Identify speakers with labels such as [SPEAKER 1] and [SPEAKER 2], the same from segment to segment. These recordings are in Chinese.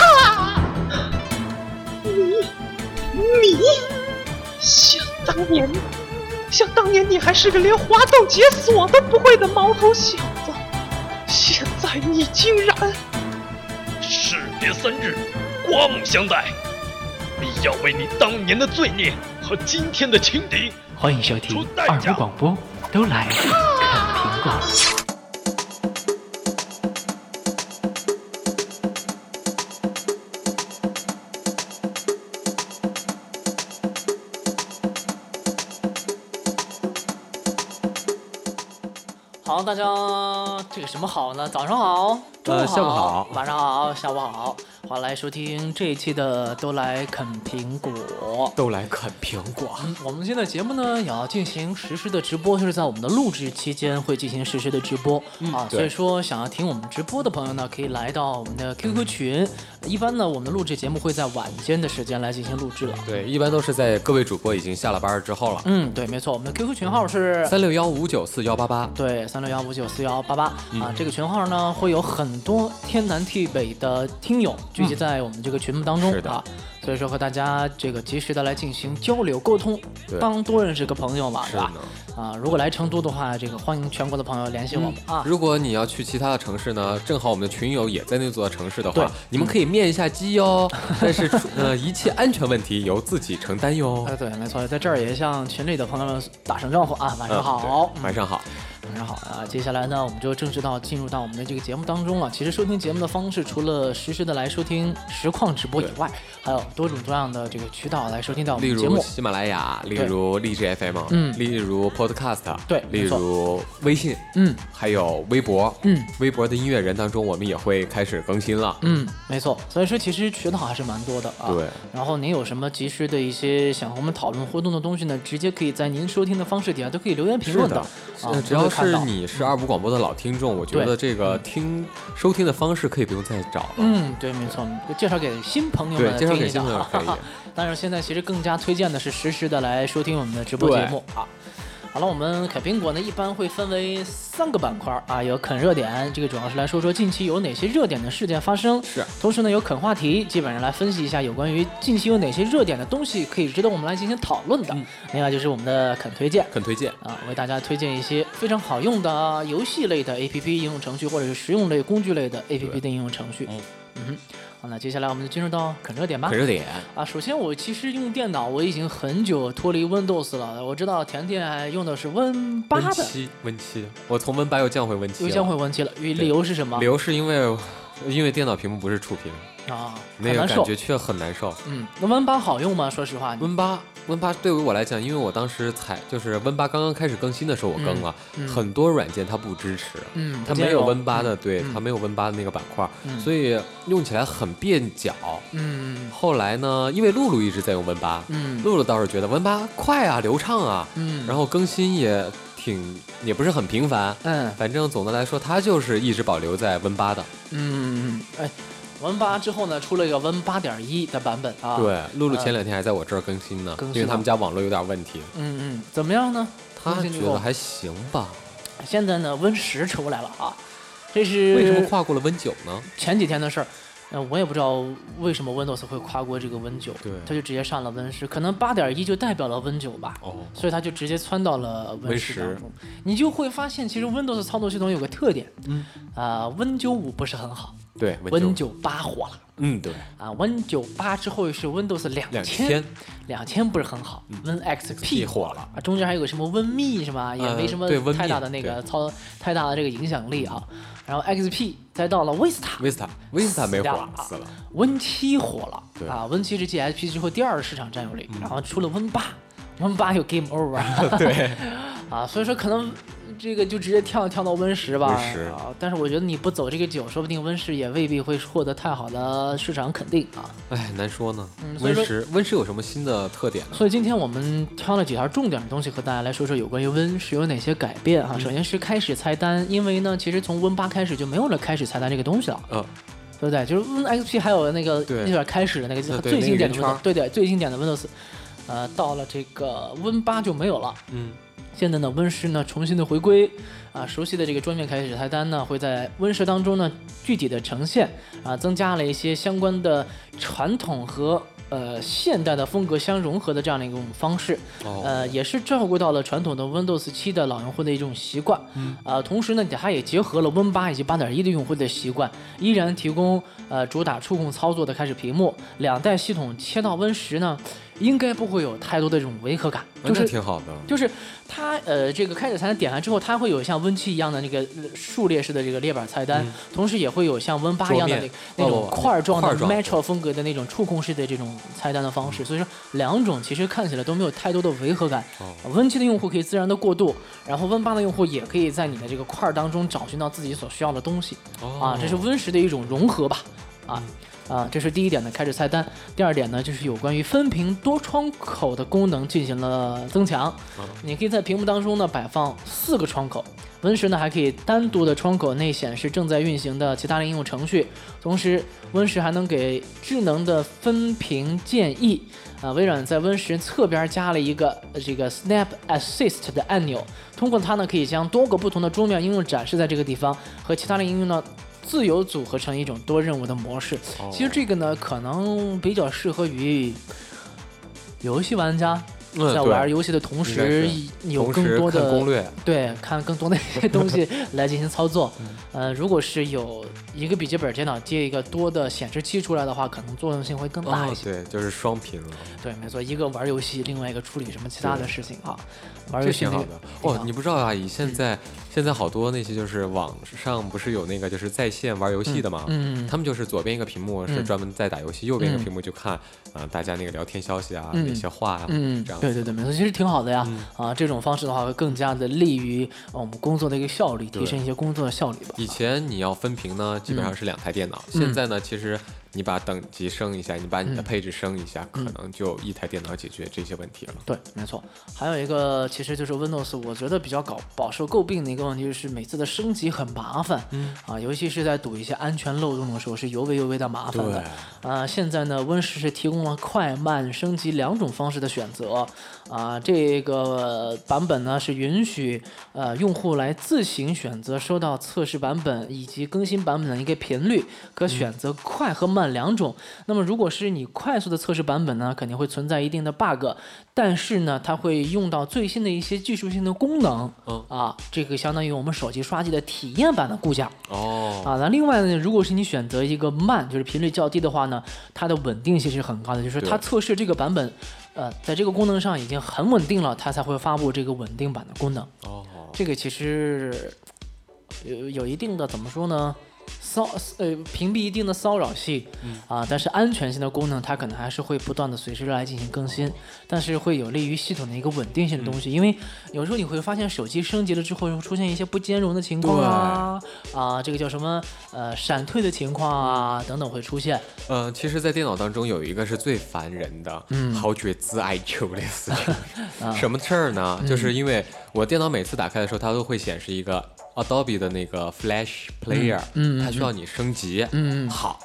[SPEAKER 1] 啊！你你，想当年，想当年你还是个连滑动解锁都不会的毛头小子，现在你竟然……
[SPEAKER 2] 士别三日，刮目相待。你要为你当年的罪孽和今天的情敌，
[SPEAKER 3] 欢迎收听二五广播，都来啃苹果。
[SPEAKER 4] 好，大家这个什么好呢？早上好，中午好，
[SPEAKER 5] 呃下午好
[SPEAKER 4] 晚上好，下午好，欢迎来收听这一期的《都来啃苹果》。
[SPEAKER 5] 都来啃苹果。
[SPEAKER 4] 嗯我们现在节目呢也要进行实时的直播，就是在我们的录制期间会进行实时的直播、啊。所以
[SPEAKER 5] 嗯对
[SPEAKER 4] 说，想要听我们直播的朋友呢，可以来到我们的 QQ 群。一般呢，我们的录制节目会在晚间的时间来进行录制了。
[SPEAKER 5] 对，一般都是在各位主播已经下了班之后了。
[SPEAKER 4] 嗯，对，没错，我们的 QQ 群号是
[SPEAKER 5] 三六幺五九四幺八八，
[SPEAKER 4] 对，三六幺五九四幺八八
[SPEAKER 5] 嗯
[SPEAKER 4] 啊，这个群号呢会有很多天南地北的听友聚集在我们这个群目当中、
[SPEAKER 5] 是的
[SPEAKER 4] 啊，所以说和大家这个及时的来进行交流沟通，
[SPEAKER 5] 对
[SPEAKER 4] 当多认识个朋友嘛，是
[SPEAKER 5] 是
[SPEAKER 4] 吧
[SPEAKER 5] 呢？
[SPEAKER 4] 啊，如果来成都的话，这个欢迎全国的朋友联系我们、啊。
[SPEAKER 5] 如果你要去其他的城市呢，正好我们的群友也在那座城市的
[SPEAKER 4] 对嗯
[SPEAKER 5] 话，你们可以面一下基哟。但是出呃，一切安全问题由自己承担哟
[SPEAKER 4] 哎，。对，没错，在这儿也向群里的朋友们打声招呼啊！晚上好，
[SPEAKER 5] 嗯对晚上好。
[SPEAKER 4] 晚上好啊！接下来呢，我们就正式到进入到我们的这个节目当中了。其实收听节目的方式，除了实时的来收听实况直播以外，还有多种多样的这个渠道来收听到我
[SPEAKER 5] 例
[SPEAKER 4] 们的节
[SPEAKER 5] 如
[SPEAKER 4] 目。
[SPEAKER 5] 喜马拉雅，例
[SPEAKER 4] 对
[SPEAKER 5] 如荔枝 FM，
[SPEAKER 4] 嗯
[SPEAKER 5] 例如 Podcast，
[SPEAKER 4] 对
[SPEAKER 5] 例
[SPEAKER 4] 没错
[SPEAKER 5] 如微信，
[SPEAKER 4] 嗯
[SPEAKER 5] 还有微博，
[SPEAKER 4] 嗯，
[SPEAKER 5] 微博的音乐人当中，我们也会开始更新了。
[SPEAKER 4] 嗯，没错。所以说，其实渠道还是蛮多的啊。
[SPEAKER 5] 对。
[SPEAKER 4] 然后您有什么及时的一些想和我们讨论互动的东西呢？直接可以在您收听的方式底下都可以留言评论啊
[SPEAKER 5] 呃，只
[SPEAKER 4] 都会
[SPEAKER 5] 要
[SPEAKER 4] 看
[SPEAKER 5] 是
[SPEAKER 4] 到
[SPEAKER 5] 你是二五广播的老听众，我觉
[SPEAKER 4] 对
[SPEAKER 5] 得这个听收听的方式可以不用再找了。
[SPEAKER 4] 嗯，对，没错，介绍给新朋友们
[SPEAKER 5] 对，介绍
[SPEAKER 4] 听
[SPEAKER 5] 给
[SPEAKER 4] 一下
[SPEAKER 5] 新朋 友可以。
[SPEAKER 4] 但是现在其实更加推荐的是实时的来收听我们的直播节目啊。好了，我们啃苹果呢一般会分为三个板块啊，有啃热点，这个主要是来说说近期有哪些热点的事件发生。
[SPEAKER 5] 是
[SPEAKER 4] 同时呢有啃话题，基本上来分析一下有关于近期有哪些热点的东西可以值得我们来进行讨论
[SPEAKER 5] 嗯
[SPEAKER 4] 的。另外就是我们的啃推荐。
[SPEAKER 5] 很推荐。
[SPEAKER 4] 啊，为大家推荐一些非常好用的游戏类的 APP 应用程序，或者是实用类工具类的 APP 的应用程序。嗯哼，好，那接下来我们就进入到啃热点吧。
[SPEAKER 5] 很热点，
[SPEAKER 4] 啊，首先我其实用电脑我已经很久脱离 Windows 了。我知道甜甜用的是 Win 八
[SPEAKER 5] 温
[SPEAKER 4] 的，
[SPEAKER 5] 七温七，我从温八又降回温七
[SPEAKER 4] 又
[SPEAKER 5] 了。
[SPEAKER 4] 将会 Win 七了。理理由是什么？
[SPEAKER 5] 理由是因为因为电脑屏幕不是触屏，
[SPEAKER 4] 啊，
[SPEAKER 5] 那
[SPEAKER 4] 很
[SPEAKER 5] 个
[SPEAKER 4] 难
[SPEAKER 5] 感
[SPEAKER 4] 受
[SPEAKER 5] 觉。却很难受。
[SPEAKER 4] 嗯，那 Win 八好用吗？说实话，
[SPEAKER 5] 温八温八对于我来讲，因为我当时才就是温八刚刚开始更新的时候，我更了、
[SPEAKER 4] 嗯嗯
[SPEAKER 5] 很多软件它不支持。
[SPEAKER 4] 嗯，
[SPEAKER 5] 它
[SPEAKER 4] 不兼
[SPEAKER 5] 没有
[SPEAKER 4] 容
[SPEAKER 5] 温八的，，对，
[SPEAKER 4] 嗯
[SPEAKER 5] 它没有温八的那个板块，
[SPEAKER 4] 嗯
[SPEAKER 5] 所以用起来很蹩脚。
[SPEAKER 4] 嗯
[SPEAKER 5] 后来呢，因为露露一直在用 Win 八、
[SPEAKER 4] 嗯
[SPEAKER 5] 露露倒是觉得 Win 八快啊，流畅啊，
[SPEAKER 4] 嗯，
[SPEAKER 5] 然
[SPEAKER 4] 后
[SPEAKER 5] 后更新也挺也不是很频繁，
[SPEAKER 4] 嗯
[SPEAKER 5] 反正总的来说，它就是一直保留在 Win 八的。
[SPEAKER 4] 嗯，嗯哎，Win 八之后呢，出了一个 Win 八点一的版本啊。，
[SPEAKER 5] 对，露露
[SPEAKER 4] 呃
[SPEAKER 5] 前两天还在我这儿更新呢，
[SPEAKER 4] 更新
[SPEAKER 5] 因为他
[SPEAKER 4] 了
[SPEAKER 5] 们家网络有点问题，
[SPEAKER 4] 嗯嗯，怎么样呢？
[SPEAKER 5] 她
[SPEAKER 4] 更新
[SPEAKER 5] 觉
[SPEAKER 4] 之后
[SPEAKER 5] 得还行吧。
[SPEAKER 4] 现在呢，Win 十出来了啊，这是
[SPEAKER 5] 为什么跨过了 Win 九呢？
[SPEAKER 4] 前几天的事儿，呃，我也不知道为什么 Windows 会跨过这个 Win 九，
[SPEAKER 5] 对
[SPEAKER 4] 它就直接上了 Win 十，可能八点一就代表了 Win 九吧。
[SPEAKER 5] 哦，
[SPEAKER 4] 所以它就直接窜到了 Win
[SPEAKER 5] Win
[SPEAKER 4] 十当中，你就会发现，其实 Windows 操作系统有个特点，嗯，啊、w i n 九五不是很好
[SPEAKER 5] 对
[SPEAKER 4] ，Win
[SPEAKER 5] ，Win 九，
[SPEAKER 4] 九八火了，
[SPEAKER 5] 嗯，对，
[SPEAKER 4] 啊，Win 九八之后是 Windows 两千
[SPEAKER 5] 2000，
[SPEAKER 4] 两千不是很好，Win XP
[SPEAKER 5] 嗯 P 火了，
[SPEAKER 4] 啊，中间还有个什么温密是吧？也
[SPEAKER 5] 呃
[SPEAKER 4] 没什么
[SPEAKER 5] 对温密
[SPEAKER 4] 太大的那个操太大的这个影响力啊，然后 XP 再到了 Vista，
[SPEAKER 5] Vista Vista 没火
[SPEAKER 4] 死
[SPEAKER 5] 死了，
[SPEAKER 4] 温七火
[SPEAKER 5] 对嗯
[SPEAKER 4] 了啊，温七是 GSP 之后第二市场占有率，然后出了温八，温八有 Game Over，对，啊，所以说可能这个就直接跳跳到温十吧，
[SPEAKER 5] 温10
[SPEAKER 4] 啊，但是我觉得你不走这个九，说不定温十也未必会获得太好的市场肯定啊。
[SPEAKER 5] 哎，难说呢
[SPEAKER 4] 嗯。所以
[SPEAKER 5] Win
[SPEAKER 4] 说
[SPEAKER 5] 十 Win 十有什么新的特点呢？
[SPEAKER 4] 所以今天我们挑了几条重点的东西和大家来说说有关于 Win 是有哪些改变哈、首先是开始菜单，因为呢，其实从 Win 八开始就没有了开始菜单这个东西了，
[SPEAKER 5] 呃，
[SPEAKER 4] 对不对？就是 Win XP 还有那个
[SPEAKER 5] 对
[SPEAKER 4] 那点开始的那个
[SPEAKER 5] 对对
[SPEAKER 4] 最经典
[SPEAKER 5] 那
[SPEAKER 4] 的
[SPEAKER 5] 个圆圈
[SPEAKER 4] Windows，对对，最经典的 Windows，呃，到了这个 Win 八就没有了。
[SPEAKER 5] 嗯，
[SPEAKER 4] 现在呢，温室呢重新的回归啊，熟悉的这个桌面开始菜单呢会在温室当中呢具体的呈现啊，增加了一些相关的传统和呃现代的风格相融合的这样的一种方式，
[SPEAKER 5] 哦
[SPEAKER 4] 呃，也是照顾到了传统的 Windows 7的老用户的一种习惯，
[SPEAKER 5] 嗯
[SPEAKER 4] 啊，同时呢，它也结合了 Win 8以及8.1的用户的习惯，依然提供呃主打触控操作的开始屏幕，两代系统切到 Win 10呢，应该不会有太多的这种违和感，
[SPEAKER 5] 哦那
[SPEAKER 4] 就是
[SPEAKER 5] 挺好的。
[SPEAKER 4] 就是它呃，这个开始菜单点完之后，它会有像 Win 7一样的那个呃数列式的这个列表菜单，同时也会有像 Win 8一样的那
[SPEAKER 5] 嗯桌面
[SPEAKER 4] 个那
[SPEAKER 5] 不不
[SPEAKER 4] 种
[SPEAKER 5] 不
[SPEAKER 4] 块状
[SPEAKER 5] 块
[SPEAKER 4] 的
[SPEAKER 5] 状嗯
[SPEAKER 4] Metro 风格的那种触控式的这种菜单的方式。所以说，两种其实看起来都没有太多的违和感。Win
[SPEAKER 5] 哦
[SPEAKER 4] 7的用户可以自然的过渡，然后 Win 8的用户也可以在你的这个块儿当中找寻到自己所需要的东西。
[SPEAKER 5] 哦
[SPEAKER 4] 啊，这是 Win 10的一种融合吧，啊。啊，这是第一点的开始菜单。第二点呢，就是有关于分屏多窗口的功能进行了增强。你可以在屏幕当中呢摆放四个窗口。Win 10呢还可以单独的窗口内显示正在运行的其他的应用程序，同时 Win 10还能给智能的分屏建议。啊，微软在 Win 10侧边加了一个呃这个 Snap Assist 的按钮，通过它呢可以将多个不同的桌面应用展示在这个地方，和其他的应用呢自由组合成一种多任务的模式。
[SPEAKER 5] 哦
[SPEAKER 4] 其实这个呢，可能比较适合于游戏玩家。
[SPEAKER 5] 嗯
[SPEAKER 4] 在
[SPEAKER 5] 对
[SPEAKER 4] 玩游戏的同
[SPEAKER 5] 应该
[SPEAKER 4] 时
[SPEAKER 5] 是，
[SPEAKER 4] 有
[SPEAKER 5] 同
[SPEAKER 4] 更
[SPEAKER 5] 时
[SPEAKER 4] 多
[SPEAKER 5] 看
[SPEAKER 4] 的
[SPEAKER 5] 攻略，
[SPEAKER 4] 对，看更多的东 西来进行操作。
[SPEAKER 5] 嗯
[SPEAKER 4] 呃，如果是有一个笔记本电脑接一个多的显示器出来的话，可能作用性会更大一
[SPEAKER 5] 哦，
[SPEAKER 4] 些。
[SPEAKER 5] 对，就是双屏了，
[SPEAKER 4] 对，没错，一个玩游戏，另外一个处理什么其他的事情啊。玩游
[SPEAKER 5] 这
[SPEAKER 4] 戏
[SPEAKER 5] 挺
[SPEAKER 4] 那
[SPEAKER 5] 好
[SPEAKER 4] 个
[SPEAKER 5] 的。
[SPEAKER 4] 挺
[SPEAKER 5] 哦，
[SPEAKER 4] 好嗯
[SPEAKER 5] 你不知道啊，阿姨，现在现在好多那些就是网上不是有那个就是在线玩游戏的嘛，
[SPEAKER 4] 嗯嗯
[SPEAKER 5] 他们就是左边一个屏幕是
[SPEAKER 4] 嗯
[SPEAKER 5] 专门在打游戏，右边一个
[SPEAKER 4] 嗯
[SPEAKER 5] 屏幕就看啊大家那个聊天消息啊，
[SPEAKER 4] 嗯
[SPEAKER 5] 那些话啊，
[SPEAKER 4] 嗯
[SPEAKER 5] 这，样嗯
[SPEAKER 4] 对对对，没错，其实挺好的呀。啊，这种方式的话，会更加的利于呃我们工作的一个效率，提
[SPEAKER 5] 对
[SPEAKER 4] 升一些工作的效率吧。
[SPEAKER 5] 以前你要分屏呢，基本
[SPEAKER 4] 嗯
[SPEAKER 5] 上是两台电脑。现在呢，其实你把等级升一下，你把你的
[SPEAKER 4] 嗯
[SPEAKER 5] 配置升一下，可能就一台电脑解决这些问题了。
[SPEAKER 4] 对，没错。还有一个，其实就是 Windows，我觉得比较搞饱受诟病的一个问题就是每次的升级很麻烦，嗯啊，尤其是在堵一些安全漏洞的时候是尤为尤为的麻烦的。啊，现在呢，Win 10是提供了快慢升级两种方式的选择。啊，这个版本呢是允许呃用户来自行选择收到测试版本以及更新版本的一个频率，可选择快和慢两种。那么如果是你快速的测试版本呢，肯定会存在一定的 bug，但是呢，它会用到最新的一些技术性的功能。
[SPEAKER 5] 嗯
[SPEAKER 4] 啊，这个相当于我们手机刷机的体验版的固件。
[SPEAKER 5] 哦，
[SPEAKER 4] 啊，那另外呢，如果是你选择一个慢，就是频率较低的话呢，它的稳定性是很高的，就是它
[SPEAKER 5] 对
[SPEAKER 4] 测试这个版本，呃，在这个功能上已经很稳定了，它才会发布这个稳定版的功能。
[SPEAKER 5] 哦，
[SPEAKER 4] 这个其实有有一定的怎么说呢？骚呃，屏蔽一定的骚扰性、啊，但是安全性的功能它可能还是会不断的随之来进行更新，但是会有利于系统的一个稳定性的东西，因为有时候你会发现手机升级了之后会出现一些不兼容的情况啊啊，这个叫什么呃闪退的情况啊等等会出现，
[SPEAKER 5] 呃，其实，在电脑当中有一个是最烦人的，嗯，好觉自爱求的事
[SPEAKER 4] 啊
[SPEAKER 5] 情。什么事儿呢？
[SPEAKER 4] 嗯
[SPEAKER 5] 就是因为我电脑每次打开的时候，它都会显示一个 Adobe 的那个 Flash Player，
[SPEAKER 4] 嗯嗯
[SPEAKER 5] 它需要你升级。
[SPEAKER 4] 嗯嗯
[SPEAKER 5] 好。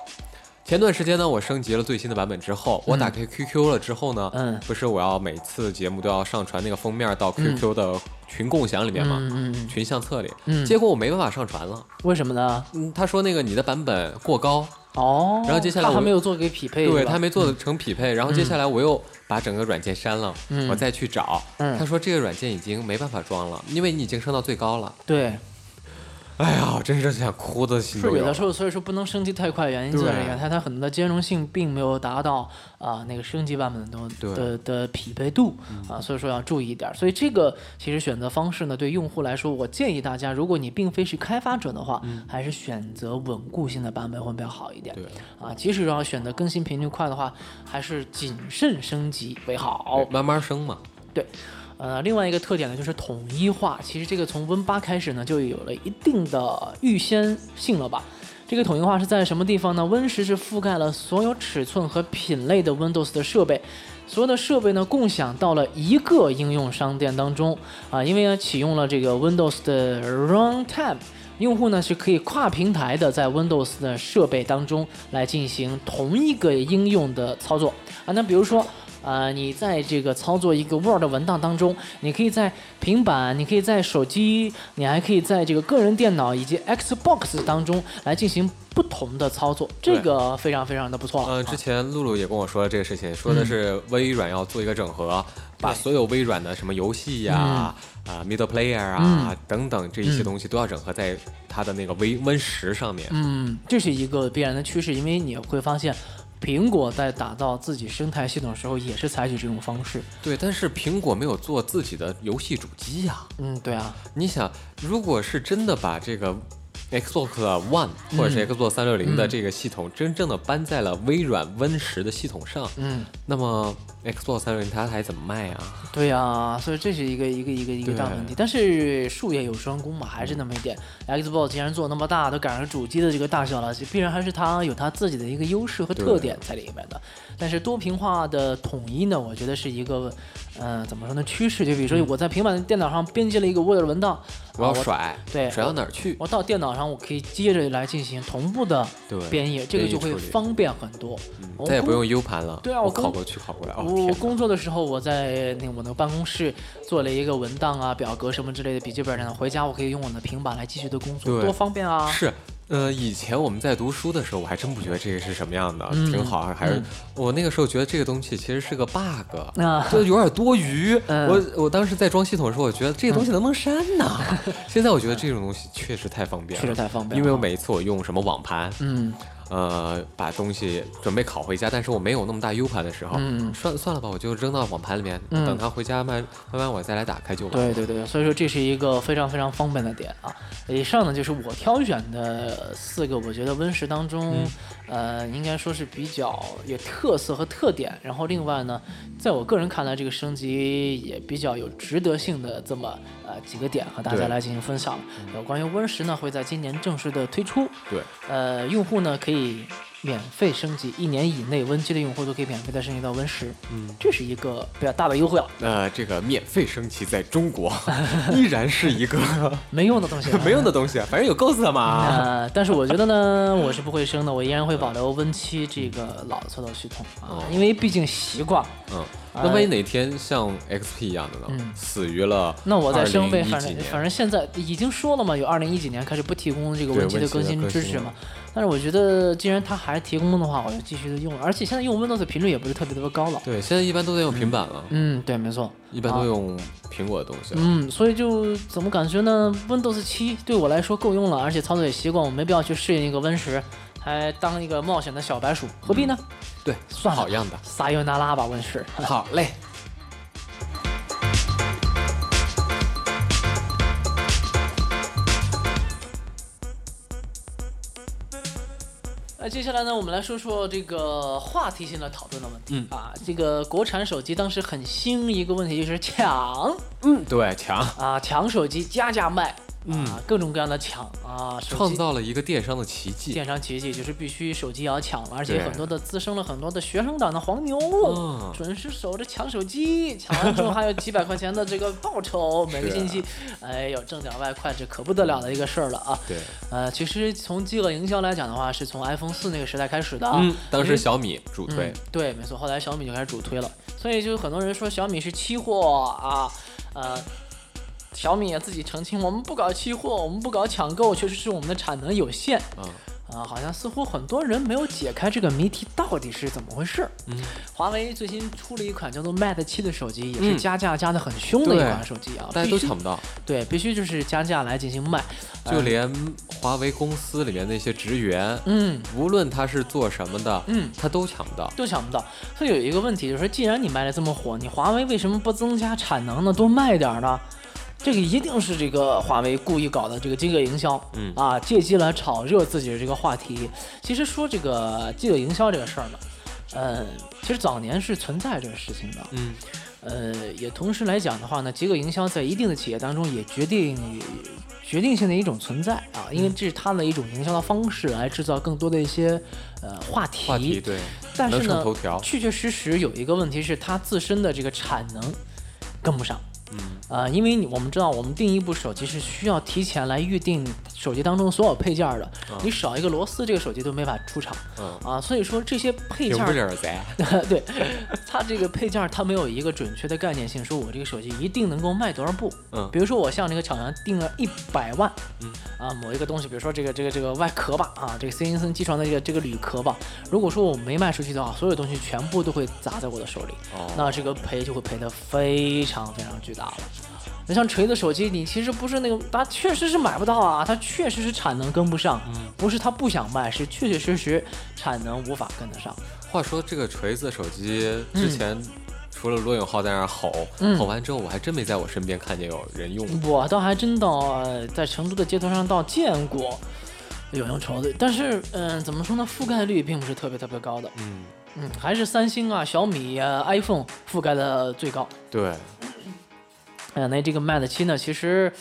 [SPEAKER 5] 前段时间呢，我升级了最新的版本之后，我打开 QQ 了之后呢，
[SPEAKER 4] 嗯
[SPEAKER 5] 不是我要每次节目都要上传那个封面到 QQ 的群共享里面嘛，
[SPEAKER 4] 嗯嗯嗯
[SPEAKER 5] 群相册里，
[SPEAKER 4] 嗯
[SPEAKER 5] 结果我没办法上传了。
[SPEAKER 4] 为什么呢？
[SPEAKER 5] 嗯，他说那个你的版本过高，
[SPEAKER 4] 哦，
[SPEAKER 5] 然后接下来
[SPEAKER 4] 它还
[SPEAKER 5] 我
[SPEAKER 4] 没有做给匹配，
[SPEAKER 5] 对嗯
[SPEAKER 4] 是吧
[SPEAKER 5] 他没做成匹配，然后接下来我又把整个软件删了，
[SPEAKER 4] 嗯
[SPEAKER 5] 我再去找，
[SPEAKER 4] 嗯
[SPEAKER 5] 他说这个软件已经没办法装了，因为你已经升到最高了。
[SPEAKER 4] 对，
[SPEAKER 5] 哎呀，我真是想哭的心
[SPEAKER 4] 是
[SPEAKER 5] 都
[SPEAKER 4] 有
[SPEAKER 5] 有
[SPEAKER 4] 的
[SPEAKER 5] 了。
[SPEAKER 4] 时候，所以说不能升级太快，原因就在这个，
[SPEAKER 5] 对
[SPEAKER 4] 它它很多的兼容性并没有达到啊、那个升级版本的
[SPEAKER 5] 对嗯
[SPEAKER 4] 的的匹配度啊、所以说要注意一点儿。所以这个其实选择方式呢，对用户来说，我建议大家，如果你并非是开发者的话，还是选择稳固性的版本会比较好一点。
[SPEAKER 5] 嗯对
[SPEAKER 4] 啊，即使要选择更新频率快的话，还是谨慎升级为好
[SPEAKER 5] 对。慢慢升嘛。
[SPEAKER 4] 对，呃，另外一个特点呢就是统一化。其实这个从 Win 八开始呢就有了一定的预先性了吧。这个统一化是在什么地方呢？Win 十是覆盖了所有尺寸和品类的 Windows 的设备，所有的设备呢共享到了一个应用商店当中啊，因为呢启用了这个 Windows 的 Runtime。用户呢是可以跨平台的在 Windows 的设备当中来进行同一个应用的操作啊。那比如说啊、呃，你在这个操作一个 Word 文档当中，你可以在平板，你可以在手机，你还可以在这个个人电脑以及 Xbox 当中来进行不同的操作，这
[SPEAKER 5] 对
[SPEAKER 4] 个非常非常的不错了。啊
[SPEAKER 5] 嗯、之前露露也跟我说了这个事情，说的是微软要做一个整合，把
[SPEAKER 4] 对
[SPEAKER 5] 所有微软的什么游戏呀、啊、Middle Player 啊、等等这一些东西都要整合在它的那个 Win Win 十上面。
[SPEAKER 4] 嗯，这是一个必然的趋势，因为你会发现，苹果在打造自己生态系统的时候也是采取这种方式。
[SPEAKER 5] 对，但是苹果没有做自己的游戏主机呀、
[SPEAKER 4] 嗯，对啊，
[SPEAKER 5] 你想，如果是真的把这个 Xbox One
[SPEAKER 4] 嗯
[SPEAKER 5] 或者是 Xbox 三六零的这个系统真正的搬在了微软 Win 十的系统上，
[SPEAKER 4] 嗯，
[SPEAKER 5] 那么 Xbox 三六零它还怎么卖啊？
[SPEAKER 4] 对啊，所以这是一个一个一个一个大问题。但是术业有专攻嘛，还是那么一点。Xbox 既然做那么大，都赶上主机的这个大小了，必然还是它有它自己的一个优势和特点在里面的。但是多屏化的统一呢，我觉得是一个，嗯、怎么说呢，趋势。就比如
[SPEAKER 5] 嗯
[SPEAKER 4] 说我在平板电脑上编辑了一个 Word 文档，
[SPEAKER 5] 我
[SPEAKER 4] 啊
[SPEAKER 5] 要甩，
[SPEAKER 4] 对
[SPEAKER 5] 甩到哪儿去？
[SPEAKER 4] 我到电脑上，我可以接着来进行同步的
[SPEAKER 5] 对
[SPEAKER 4] 编译，这个
[SPEAKER 5] 编译
[SPEAKER 4] 就会
[SPEAKER 5] 处理嗯
[SPEAKER 4] 方便很多。我
[SPEAKER 5] 再也
[SPEAKER 4] 工
[SPEAKER 5] 不用 U 盘了。
[SPEAKER 4] 对啊我
[SPEAKER 5] 我
[SPEAKER 4] 工
[SPEAKER 5] 拷过去，拷过来。哦，
[SPEAKER 4] 我
[SPEAKER 5] 天哪
[SPEAKER 4] 工作的时候，我在那我的办公室做了一个文档啊、表格什么之类的笔记本上，回家我可以用我的平板来继续的工作，
[SPEAKER 5] 对
[SPEAKER 4] 多方便啊！
[SPEAKER 5] 是，呃，以前我们在读书的时候，我还真不觉得这个是什么样的，
[SPEAKER 4] 嗯
[SPEAKER 5] 挺好。啊还是、我那个时候觉得这个东西其实是个 bug，、
[SPEAKER 4] 啊
[SPEAKER 5] 就有点多余。
[SPEAKER 4] 嗯
[SPEAKER 5] 我我当时在装系统的时候，我觉得这个东西能不能删呢？ 现在我觉得这种东西确实太方便了，
[SPEAKER 4] 确实太方便了
[SPEAKER 5] 因为我每一次我用什么网盘，
[SPEAKER 4] 嗯，
[SPEAKER 5] 呃，把东西准备拷回家，但是我没有那么大 U 盘的时候，
[SPEAKER 4] 嗯
[SPEAKER 5] 算算了吧，我就扔到网盘里面，
[SPEAKER 4] 嗯
[SPEAKER 5] 等它回家慢慢慢我再来打开就完。
[SPEAKER 4] 对对对，所以说这是一个非常非常方便的点啊。以上呢就是我挑选的四个，我觉得 Win 十当中，
[SPEAKER 5] 嗯
[SPEAKER 4] 呃，应该说是比较有特色和特点。然后另外呢，在我个人看来，这个升级也比较有值得性的这么呃几个点和大家
[SPEAKER 5] 对
[SPEAKER 4] 来进行分享。有关于 Win 十呢，会在今年正式的推出。
[SPEAKER 5] 对，
[SPEAKER 4] 呃，用户呢可以免费升级，一年以内 Win 七的用户都可以免费再升级到 Win 十，嗯，这是一个比较大的优惠啊了，
[SPEAKER 5] 那、这个免费升级在中 国依然是一个。
[SPEAKER 4] 没用的东西
[SPEAKER 5] 没用的东西，反正有 Ghost 嘛。
[SPEAKER 4] 呃，但是我觉得呢，我是不会升的，我依然会保留 Win 七这个老的操作系统啊
[SPEAKER 5] 哦，
[SPEAKER 4] 因为毕竟习惯。
[SPEAKER 5] 嗯，那万一哪天像 XP 一样的呢？
[SPEAKER 4] 嗯
[SPEAKER 5] 死于了
[SPEAKER 4] 那我再升呗，
[SPEAKER 5] 2011
[SPEAKER 4] 反
[SPEAKER 5] 几
[SPEAKER 4] 正
[SPEAKER 5] 年
[SPEAKER 4] 反正现在已经说了嘛，有二零一几年开始不提供这个
[SPEAKER 5] 对
[SPEAKER 4] Win 七的
[SPEAKER 5] Win7 的
[SPEAKER 4] 更新
[SPEAKER 5] 更
[SPEAKER 4] 支
[SPEAKER 5] 新
[SPEAKER 4] 持嘛
[SPEAKER 5] 了。
[SPEAKER 4] 但是我觉得，既然它还提供的话，我就继续的用。而且现在用 Windows 的频率也不是特别特别高了。
[SPEAKER 5] 对，现在一般都在用平板了，
[SPEAKER 4] 嗯，对，没错。
[SPEAKER 5] 一般都用苹果的东西了。
[SPEAKER 4] 嗯，所以就怎么感觉呢？Windows 七对我来说够用了，而且操作也习惯，我没必要去适应一个 Win 十，还当一个冒险的小白鼠，何必呢？
[SPEAKER 5] 嗯对，
[SPEAKER 4] 算了
[SPEAKER 5] 好样的，
[SPEAKER 4] 撒尤那拉吧，Win 十。
[SPEAKER 5] 好嘞。
[SPEAKER 4] 那接下来呢，我们来说说这个话题性的讨论的问题、
[SPEAKER 5] 嗯
[SPEAKER 4] 啊。这个国产手机当时很兴一个问题就是抢
[SPEAKER 5] 嗯，对，强
[SPEAKER 4] 啊，抢手机加价卖，啊，各种各样的抢啊，手机
[SPEAKER 5] 嗯创造了一个电商的奇迹。
[SPEAKER 4] 电商奇迹，就是必须手机也要抢了，而且
[SPEAKER 5] 对
[SPEAKER 4] 很多的滋生了很多的学生党的黄牛，
[SPEAKER 5] 嗯
[SPEAKER 4] 准时守着抢手机，抢完之后还有几百块钱的这个报酬，每个星期，
[SPEAKER 5] 啊
[SPEAKER 4] 哎呦，挣点外快，这可不得了的一个事儿了啊。
[SPEAKER 5] 对，
[SPEAKER 4] 呃，其实从饥饿营销来讲的话，是从 iPhone 四那个时代开始的啊。
[SPEAKER 5] 嗯，当
[SPEAKER 4] 因为
[SPEAKER 5] 时小米主推
[SPEAKER 4] 嗯，对，没错，后来小米就开始主推了，所以就很多人说小米是期货啊，呃，小米也自己澄清，我们不搞期货，我们不搞抢购，确实是我们的产能有限。
[SPEAKER 5] 嗯，
[SPEAKER 4] 啊，好像似乎很多人没有解开这个谜题到底是怎么回事。嗯，华为最新出了一款叫做 Mate 7的手机，也是
[SPEAKER 5] 嗯
[SPEAKER 4] 加价加的很凶的一
[SPEAKER 5] 对
[SPEAKER 4] 款手机啊，
[SPEAKER 5] 大家
[SPEAKER 4] 必
[SPEAKER 5] 都
[SPEAKER 4] 须
[SPEAKER 5] 抢不到，
[SPEAKER 4] 对，必须就是加价来进行卖。
[SPEAKER 5] 就连华为公司里面那些职员，
[SPEAKER 4] 嗯，
[SPEAKER 5] 无论他是做什么的，
[SPEAKER 4] 嗯，
[SPEAKER 5] 他都抢不到。
[SPEAKER 4] 都抢不到。所以有一个问题就是说，既然你卖的这么火，你华为为什么不增加产能呢？多卖点儿呢？这个一定是这个华为故意搞的这个饥饿营销，
[SPEAKER 5] 嗯
[SPEAKER 4] 啊，借机来炒热自己的这个话题。其实说这个饥饿营销这个事儿呢，呃，其实早年是存在这个事情的，
[SPEAKER 5] 嗯，
[SPEAKER 4] 呃，也同时来讲的话呢，饥饿营销在一定的企业当中也决定决定性的一种存在啊，
[SPEAKER 5] 嗯
[SPEAKER 4] 因为这是它的一种营销的方式，来制造更多的一些呃
[SPEAKER 5] 话题对，
[SPEAKER 4] 但是
[SPEAKER 5] 能
[SPEAKER 4] 呢
[SPEAKER 5] 上头条，
[SPEAKER 4] 确确实实有一个问题是它自身的这个产能啊跟不上。嗯，呃，因为你我们知道，我们订一部手机是需要提前来预定手机当中所有配件的，你少一个螺丝，这个手机都没法出厂
[SPEAKER 5] 嗯，
[SPEAKER 4] 啊。所以说这些配
[SPEAKER 5] 挺
[SPEAKER 4] 件
[SPEAKER 5] 不了噻。
[SPEAKER 4] 对，它这个配件儿它没有一个准确的概念性，说我这个手机一定能够卖多少部。
[SPEAKER 5] 嗯
[SPEAKER 4] 比如说我向这个厂商定了一百万，嗯，啊，某一个东西，比如说这个这个这个外壳吧，啊，这个 C N 森机床的这个这个铝壳吧，如果说我没卖出去的话，所有东西全部都会砸在我的手里，
[SPEAKER 5] 哦
[SPEAKER 4] 那这个赔就会赔得非常非常巨大了。那像锤子手机，你其实不是那个，它确实是买不到啊，它确实是产能跟不上，不是它不想卖，是确确实实产能无法跟得上。
[SPEAKER 5] 话说这个锤子手机之前，除了罗永浩在那儿吼，
[SPEAKER 4] 嗯
[SPEAKER 5] 吼完之后，我还真没在我身边看见有人用。
[SPEAKER 4] 我倒还真到呃在成都的街头上倒见过有用绸子，但是嗯、呃怎么说呢，覆盖率并不是特别特别高的。
[SPEAKER 5] 嗯，
[SPEAKER 4] 嗯，还是三星啊、小米啊、iPhone 覆盖的最高。
[SPEAKER 5] 对，
[SPEAKER 4] 哎、呀，那这个 Mate 七呢，其实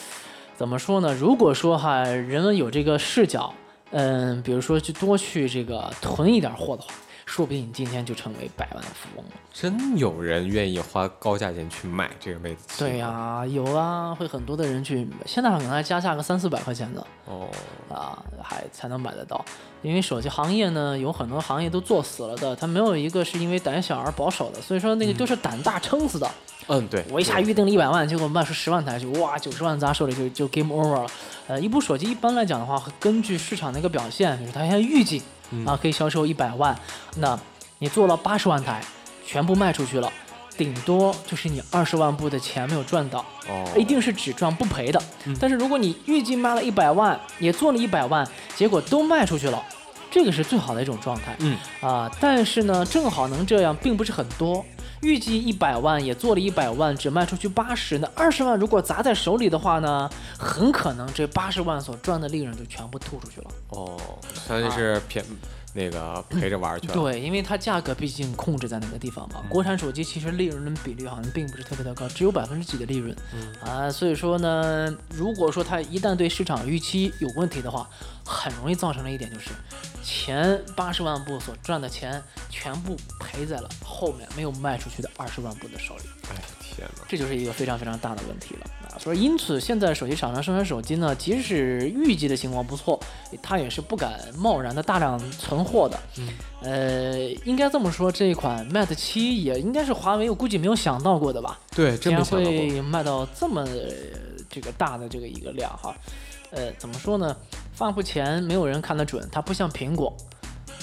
[SPEAKER 4] 怎么说呢？如果说哈人们有这个视角，嗯，比如说去多去这个囤一点货的话，说不定你今天就成为百万富翁了。
[SPEAKER 5] 真有人愿意花高价钱去买这个妹子。
[SPEAKER 4] 对呀、有啊，会很多的人去，现在可能还加价个三四百块钱的。
[SPEAKER 5] 哦，
[SPEAKER 4] 啊，还才能买得到。因为手机行业呢，有很多行业都做死了的，它没有一个是因为胆小而保守的，所以说那个就是胆大撑死的。
[SPEAKER 5] 嗯，对，
[SPEAKER 4] 我一下
[SPEAKER 5] 对
[SPEAKER 4] 预定了一百万，结果卖出十万台去，哇，九十万砸手里就就 game over 了。呃，一部手机一般来讲的话，会根据市场的一个表现，比如它现在预计啊可以销售一百万，那你做了八十万台，全部卖出去了，顶多就是你二十万部的钱没有赚到。
[SPEAKER 5] 哦，
[SPEAKER 4] 一定是只赚不赔的。但是如果你预计卖了一百万，也做了一百万，结果都卖出去了，这个是最好的一种状态。
[SPEAKER 5] 嗯
[SPEAKER 4] 啊，但是呢，正好能这样并不是很多。预计一百万，也做了一百万，只卖出去八十，那二十万如果砸在手里的话呢，很可能这八十万所赚的利润就全部吐出去了。
[SPEAKER 5] 哦，相当于是骗、那个陪着玩儿去了。，嗯
[SPEAKER 4] 对，因为它价格毕竟控制在那个地方嘛。国产手机其实利润的比率好像并不是特别的高，只有百分之几的利润、
[SPEAKER 5] 嗯
[SPEAKER 4] 啊。所以说呢，如果说它一旦对市场预期有问题的话，很容易造成的一点就是，前八十万部所赚的钱全部赔在了后面没有卖出去的二十万部的手里。
[SPEAKER 5] 哎天哪，
[SPEAKER 4] 这就是一个非常非常大的问题了啊！所以，因此现在手机厂商生产手机呢，即使预计的情况不错，它也是不敢贸然的大量存货的。呃，应该这么说，这一款 Mate 七也应该是华为，我估计没有想到过的吧，
[SPEAKER 5] 对，
[SPEAKER 4] 竟
[SPEAKER 5] 真没
[SPEAKER 4] 然
[SPEAKER 5] 想到过。
[SPEAKER 4] 会卖到这么呃这个大的这个一个量哈。呃，怎么说呢？发布前没有人看得准，它不像苹果。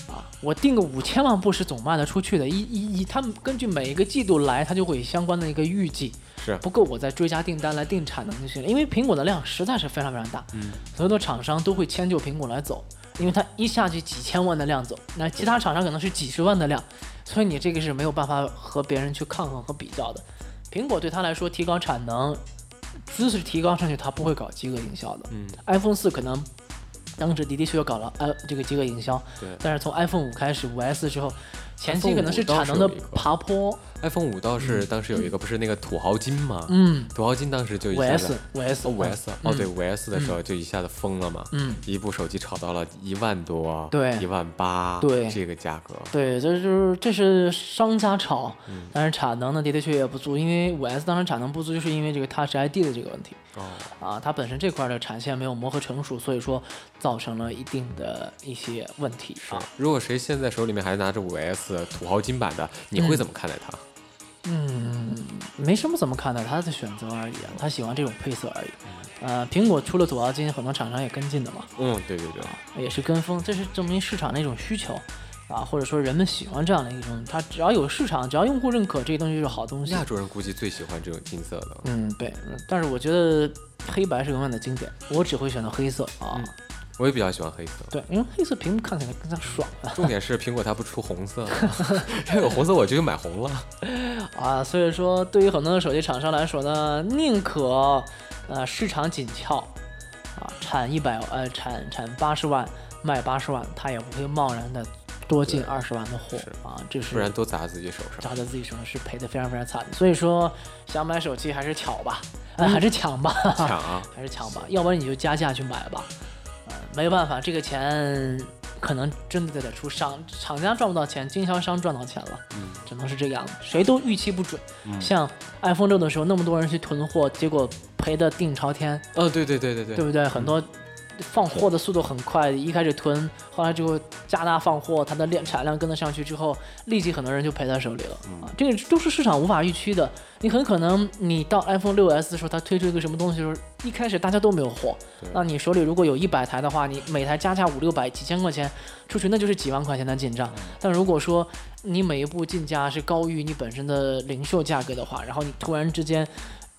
[SPEAKER 4] 啊，我定个五千万部是总卖得出去的，一一一，他们根据每一个季度来，它就会有相关的一个预计。
[SPEAKER 5] 是
[SPEAKER 4] 不够，我再追加订单来定产能就行了。因为苹果的量实在是非常非常大，嗯，所有的厂商都会迁就苹果来走，因为它一下去几千万的量走，那其他厂商可能是几十万的量，所以你这个是没有办法和别人去抗衡和比较的。苹果对他来说提高产能，知识提高上去，它不会搞饥饿营销的。
[SPEAKER 5] 嗯
[SPEAKER 4] iPhone 四可能当时的的确确搞了呃这个饥饿营销，
[SPEAKER 5] 对
[SPEAKER 4] 但是从 iPhone 五开始，五 S 之后，前期
[SPEAKER 5] iPhone
[SPEAKER 4] 可能是
[SPEAKER 5] 5当
[SPEAKER 4] 产
[SPEAKER 5] 时
[SPEAKER 4] 能的
[SPEAKER 5] 有一个
[SPEAKER 4] 爬坡，
[SPEAKER 5] ，iPhone 五倒是当时有一个不是那个土豪金吗？
[SPEAKER 4] 嗯，
[SPEAKER 5] 土豪金当时就一
[SPEAKER 4] 五
[SPEAKER 5] 下
[SPEAKER 4] S
[SPEAKER 5] 子。
[SPEAKER 4] 五 S
[SPEAKER 5] 哦，五 S 哦，对，
[SPEAKER 4] 嗯
[SPEAKER 5] 五 S 的时候就一下子疯了嘛，
[SPEAKER 4] 嗯，
[SPEAKER 5] 一部手机炒到了一万多，
[SPEAKER 4] 对
[SPEAKER 5] 一万八，
[SPEAKER 4] 对
[SPEAKER 5] 这个价格，
[SPEAKER 4] 对，这就是这是商家炒，但是产能呢的的确确也不足，因为五 S 当时产能不足，就是因为这个 Touch ID 的这个问题
[SPEAKER 5] 哦，
[SPEAKER 4] 啊，它本身这块的产线没有磨合成熟，所以说造成了一定的一些问题啊。
[SPEAKER 5] 如果谁现在手里面还拿着五 S 土豪金版的，你会怎么看待它？
[SPEAKER 4] 嗯，没什么怎么看待他的选择而已啊，他喜欢这种配色而已。呃，苹果出了土豪金，很多厂商也跟进的嘛，
[SPEAKER 5] 嗯，对对对，
[SPEAKER 4] 也是跟风，这是证明市场的一种需求啊，或者说人们喜欢这样的一种，它只要有市场，只要用户认可，这个东西就是好东西。
[SPEAKER 5] 亚洲人估计最喜欢这种金色的，
[SPEAKER 4] 嗯，对，但是我觉得黑白是永远的经典，我只会选择黑色啊。
[SPEAKER 5] 我也比较喜欢黑色。
[SPEAKER 4] 对，因为黑色屏幕看起来更加爽啊
[SPEAKER 5] 重点是苹果它不出红色， 要有红色我就买红了。
[SPEAKER 4] 啊，所以说对于很多的手机厂商来说呢，宁可呃市场紧俏啊，产一百呃产产八十万卖八十万，他也不会贸然的多进二十万的货啊，这是
[SPEAKER 5] 不然都砸在自己手上。
[SPEAKER 4] 扎在自己手上是赔的非常非常惨的。所以说想买手机还是巧吧，呃、还是抢吧，
[SPEAKER 5] 抢啊！
[SPEAKER 4] 还是抢吧，要不然你就加价去买吧。呃，没办法，这个钱可能真的得出商厂家赚不到钱，经销商赚到钱了，只能是这个样子，谁都预期不准。像 iPhone 六的时候，那么多人去囤货，结果赔的定朝天，
[SPEAKER 5] 哦，对对对对
[SPEAKER 4] 对
[SPEAKER 5] 对，
[SPEAKER 4] 不对？很多放货的速度很快，一开始囤，后来之后加大放货，它的量产量跟得上去之后，立即很多人就赔在手里了
[SPEAKER 5] 嗯
[SPEAKER 4] 啊！这个都是市场无法预期的。你很可能你到 iPhone 六 S 的时候，它推出一个什么东西的时候，一开始大家都没有货，那你手里如果有一百台的话，你每台加价五六百、几千块钱出去，那就是几万块钱的进账。
[SPEAKER 5] 嗯
[SPEAKER 4] 但如果说你每一步进价是高于你本身的零售价格的话，然后你突然之间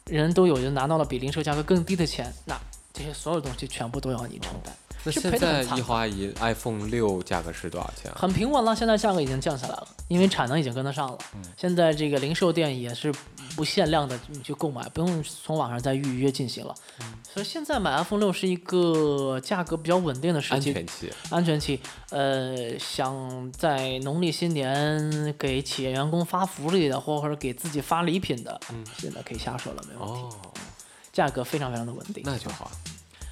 [SPEAKER 4] 人都有人拿到了比零售价格更低的钱，那。这些所有东西全部都要你承担。
[SPEAKER 5] 那
[SPEAKER 4] 是
[SPEAKER 5] 现
[SPEAKER 4] 赔得
[SPEAKER 5] 在
[SPEAKER 4] 很惨
[SPEAKER 5] 一花一 iPhone 六价格是多少钱啊？
[SPEAKER 4] 很平稳了，现在价格已经降下来了，因为产能已经跟得上了。
[SPEAKER 5] 嗯
[SPEAKER 4] 现在这个零售店也是不限量的去购买，不用从网上再预约进行了。
[SPEAKER 5] 嗯
[SPEAKER 4] 所以现在买 iPhone 六是一个价格比较稳定的时
[SPEAKER 5] 安
[SPEAKER 4] 期，
[SPEAKER 5] 全期，
[SPEAKER 4] 安全期。呃，想在农历新年给企业员工发福利的，或或者给自己发礼品的，
[SPEAKER 5] 嗯
[SPEAKER 4] 现在可以下手了，没问题。
[SPEAKER 5] 哦，
[SPEAKER 4] 价格非常非常的稳定。
[SPEAKER 5] 那就好。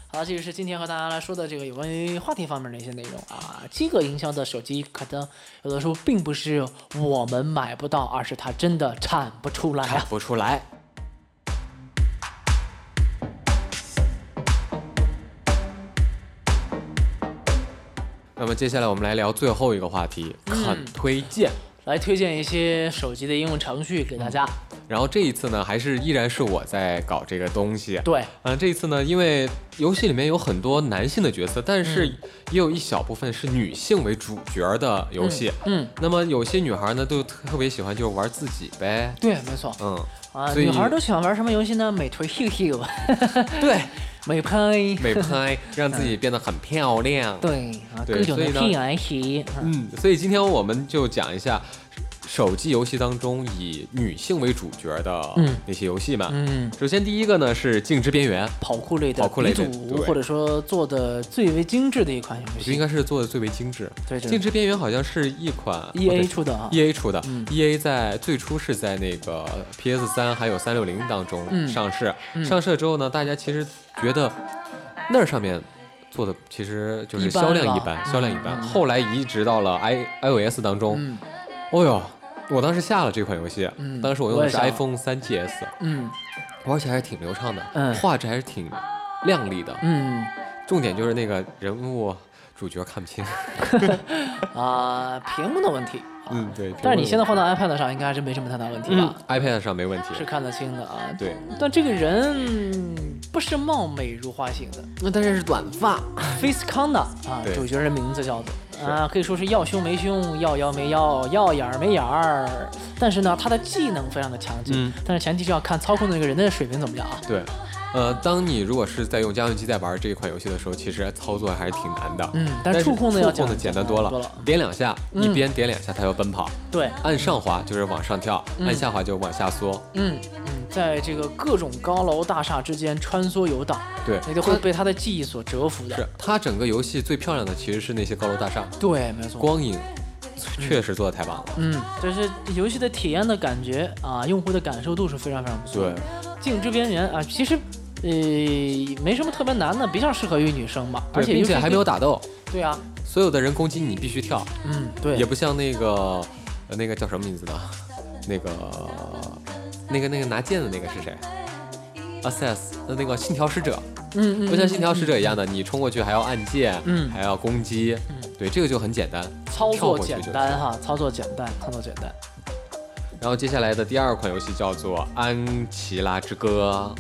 [SPEAKER 4] 好了，这就是今天和大家来说的这个有关于话题方面的一些内容啊。饥饿营销的手机，可能有的时候并不是我们买不到，而是它真的产不出来啊。
[SPEAKER 5] 不出来。那么接下来我们来聊最后一个话题，看推荐。
[SPEAKER 4] 来推荐一些手机的应用程序给大家。
[SPEAKER 5] 然后这一次呢，还是依然是我在搞这个东西。
[SPEAKER 4] 对，
[SPEAKER 5] 嗯、这一次呢，因为游戏里面有很多男性的角色，但是
[SPEAKER 4] 嗯
[SPEAKER 5] 也有一小部分是女性为主角的游戏。
[SPEAKER 4] 嗯，
[SPEAKER 5] 那么有些女孩呢，都特别喜欢就玩自己呗。
[SPEAKER 4] 对，没错
[SPEAKER 5] 嗯，
[SPEAKER 4] 啊。
[SPEAKER 5] 所以
[SPEAKER 4] 女孩都喜欢玩什么游戏呢？美图秀 秀，对，美拍，
[SPEAKER 5] 美拍让自己变得很漂亮。
[SPEAKER 4] 对啊，
[SPEAKER 5] 对
[SPEAKER 4] 各种的
[SPEAKER 5] 所以
[SPEAKER 4] PS，嗯
[SPEAKER 5] 嗯，所以今天我们就讲一下手机游戏当中以女性为主角的
[SPEAKER 4] 嗯
[SPEAKER 5] 那些游戏嘛。
[SPEAKER 4] 嗯，
[SPEAKER 5] 首先第一个呢是《静之边缘》，
[SPEAKER 4] 跑酷类的
[SPEAKER 5] 跑酷类
[SPEAKER 4] 鼻
[SPEAKER 5] 的
[SPEAKER 4] 祖，
[SPEAKER 5] 对
[SPEAKER 4] 或者说做的最为精致的一款游
[SPEAKER 5] 我觉得应
[SPEAKER 4] 戏
[SPEAKER 5] 该是做的最为精致。
[SPEAKER 4] 对对
[SPEAKER 5] 静之边缘》好像是一款
[SPEAKER 4] ，E A 出的啊。
[SPEAKER 5] E A 出的、
[SPEAKER 4] 嗯
[SPEAKER 5] e A 在最初是在那个 P S 三还有三六零当中
[SPEAKER 4] 嗯
[SPEAKER 5] 上市、
[SPEAKER 4] 嗯
[SPEAKER 5] 上市之后呢，大家其实觉得那儿上面。做的其实就是
[SPEAKER 4] 一般
[SPEAKER 5] 销量
[SPEAKER 4] 了
[SPEAKER 5] 一般，销量一般。
[SPEAKER 4] 嗯
[SPEAKER 5] 后来移植到了 i iOS 当中，
[SPEAKER 4] 嗯
[SPEAKER 5] 哦呦，我当时下了这款游戏，
[SPEAKER 4] 嗯
[SPEAKER 5] 当时我用的是
[SPEAKER 4] 我也下了
[SPEAKER 5] iPhone 3 GS，
[SPEAKER 4] 嗯
[SPEAKER 5] 玩起来还是挺流畅的，
[SPEAKER 4] 嗯
[SPEAKER 5] 画质还是挺亮丽的。
[SPEAKER 4] 嗯。
[SPEAKER 5] 重点就是那个人物主角看不清。
[SPEAKER 4] 啊、屏幕的问题。
[SPEAKER 5] 嗯，对。
[SPEAKER 4] 啊但是你
[SPEAKER 5] 屏幕
[SPEAKER 4] 现在换到 iPad 上，应该还是没什么太大问题
[SPEAKER 5] 嗯
[SPEAKER 4] 吧？
[SPEAKER 5] iPad 上没问题。
[SPEAKER 4] 是看得清的啊。
[SPEAKER 5] 对，
[SPEAKER 4] 但这个人不是貌美如花型的
[SPEAKER 5] 那但是是短发。
[SPEAKER 4] ，Face c o n a 啊，
[SPEAKER 5] 对
[SPEAKER 4] 主角的名字叫做啊，可以说是要胸没胸，要腰没腰，要眼儿没眼儿。但是呢，他的技能非常的强劲，
[SPEAKER 5] 嗯
[SPEAKER 4] 但是前提是要看操控的那个人的水平怎么样啊。
[SPEAKER 5] 对，呃，当你如果是在用家用机在玩这一款游戏的时候，其实操作还是挺难的。
[SPEAKER 4] 嗯但
[SPEAKER 5] 但是
[SPEAKER 4] 触控的要
[SPEAKER 5] 触控的
[SPEAKER 4] 简
[SPEAKER 5] 简
[SPEAKER 4] 单
[SPEAKER 5] 单多
[SPEAKER 4] 多
[SPEAKER 5] 了
[SPEAKER 4] 了，
[SPEAKER 5] 点两下，
[SPEAKER 4] 嗯
[SPEAKER 5] 一边点两下它就奔跑，
[SPEAKER 4] 对，
[SPEAKER 5] 按上滑就是往上跳，
[SPEAKER 4] 嗯
[SPEAKER 5] 按下滑就往下缩。
[SPEAKER 4] 嗯嗯，在这个各种高楼大厦之间穿梭游荡，
[SPEAKER 5] 对，
[SPEAKER 4] 你都会被他的记忆所折服的。
[SPEAKER 5] 是它整个游戏最漂亮的其实是那些高楼大厦，
[SPEAKER 4] 对，没错。
[SPEAKER 5] 光影确实做的太棒了。
[SPEAKER 4] 嗯，就是游戏的体验的感觉啊，用户的感受度是非常非常不错的。
[SPEAKER 5] 对，
[SPEAKER 4] 静之边缘啊，其实呃没什么特别难的，比较适合于女生吧，而且
[SPEAKER 5] 并
[SPEAKER 4] 尤其
[SPEAKER 5] 且还没有打斗，
[SPEAKER 4] 对啊，
[SPEAKER 5] 所有的人攻击你必须跳，
[SPEAKER 4] 嗯对，
[SPEAKER 5] 也不像那个呃那个叫什么名字的，那个那个那个拿剑的那个是谁？Assess 呃那个信条使者，
[SPEAKER 4] 嗯嗯，
[SPEAKER 5] 不像
[SPEAKER 4] 嗯
[SPEAKER 5] 信条使者一样的，你冲过去还要按键，
[SPEAKER 4] 嗯
[SPEAKER 5] 还要攻击，对，这个就很简单，
[SPEAKER 4] 操
[SPEAKER 5] 跳
[SPEAKER 4] 作
[SPEAKER 5] 过去
[SPEAKER 4] 简
[SPEAKER 5] 就行
[SPEAKER 4] 单哈，操作简单，操作简单。
[SPEAKER 5] 然后接下来的第二款游戏叫做《安琪拉之歌》，